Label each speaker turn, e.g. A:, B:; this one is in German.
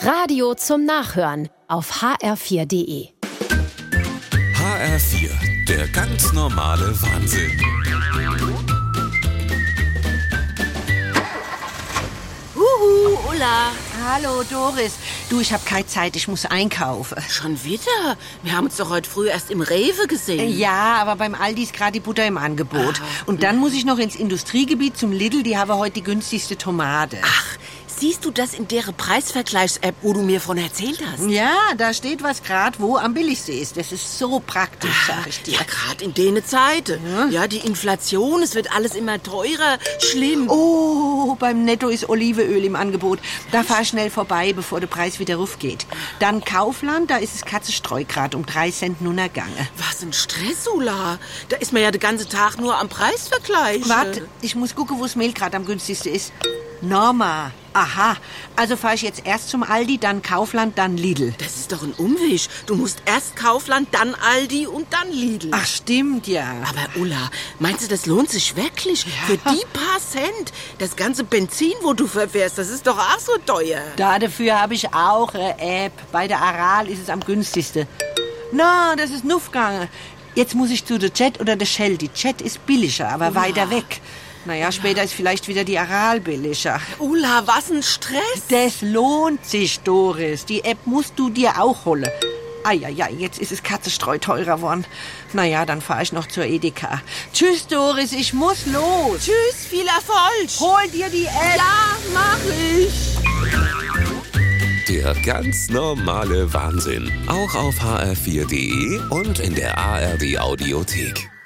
A: Radio zum Nachhören auf hr4.de.
B: HR4, der ganz normale Wahnsinn.
C: Huhu, Oh, Ulla.
D: Hallo Doris. Du, ich habe keine Zeit, ich muss einkaufen.
C: Schon wieder? Wir haben uns doch heute früh erst im Rewe gesehen.
D: Ja, aber beim Aldi ist gerade die Butter im Angebot. Und dann muss ich noch ins Industriegebiet zum Lidl, die haben heute die günstigste Tomate.
C: Ach, siehst du das in deren Preisvergleichs-App, wo du mir von erzählt hast?
D: Ja, da steht was gerade, wo am billigsten ist. Das ist so praktisch,
C: Ah,
D: sag ich dir.
C: Ja, gerade in denen Zeiten. Ja, die Inflation, es wird alles immer teurer. Schlimm.
D: Oh, beim Netto ist Olivenöl im Angebot. Da fahr schnell vorbei, bevor der Preis wieder raufgeht. Dann Kaufland, da ist es Katzenstreu grad um drei Cent nun ergangen.
C: Was ein Stress, Ulla. Da ist man ja den ganzen Tag nur am Preisvergleich.
D: Warte, ich muss gucken, wo das Mehl gerade am günstigsten ist. Norma. Aha. Also fahre ich jetzt erst zum Aldi, dann Kaufland, dann Lidl.
C: Das ist doch ein Umweg. Du musst erst Kaufland, dann Aldi und dann Lidl.
D: Ach, stimmt ja.
C: Aber Ulla, meinst du, das lohnt sich wirklich? Für die paar Cent? Das ganze Benzin, wo du verfährst, das ist doch auch so teuer.
D: Da dafür habe ich auch eine App. Bei der Aral ist es am günstigsten. Na, das ist Nuffgange. Jetzt muss ich zu der Jet oder der Shell. Die Jet ist billiger, aber weiter weg. Naja, später ist vielleicht wieder die Aral billiger.
C: Ulla, was ein Stress.
D: Das lohnt sich, Doris. Die App musst du dir auch holen. Eieiei, jetzt ist es Katzenstreu teurer geworden. Naja, dann fahre ich noch zur Edeka. Tschüss, Doris, ich muss los.
C: Tschüss, viel Erfolg.
D: Hol dir die App.
C: Ja, mach ich.
B: Der ganz normale Wahnsinn. Auch auf hr4.de und in der ARD Audiothek.